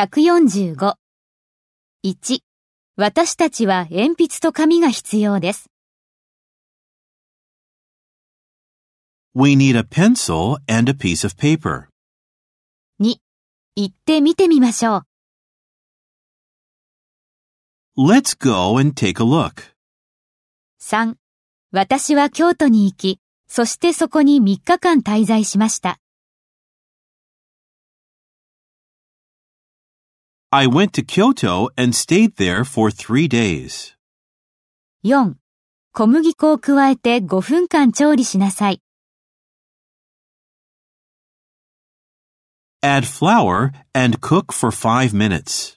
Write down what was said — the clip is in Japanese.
145。1. 私たちは鉛筆と紙が必要です。 We need a pencil and a piece of paper. 2. 行って見てみましょう。 Let's go and take a look. 3. 私は京都に行き、そしてそこに3日間滞在しました。 I went to Kyoto and stayed there for three days. 4. 小麦粉を加えて5分間調理しなさい。 Add flour and cook for five minutes.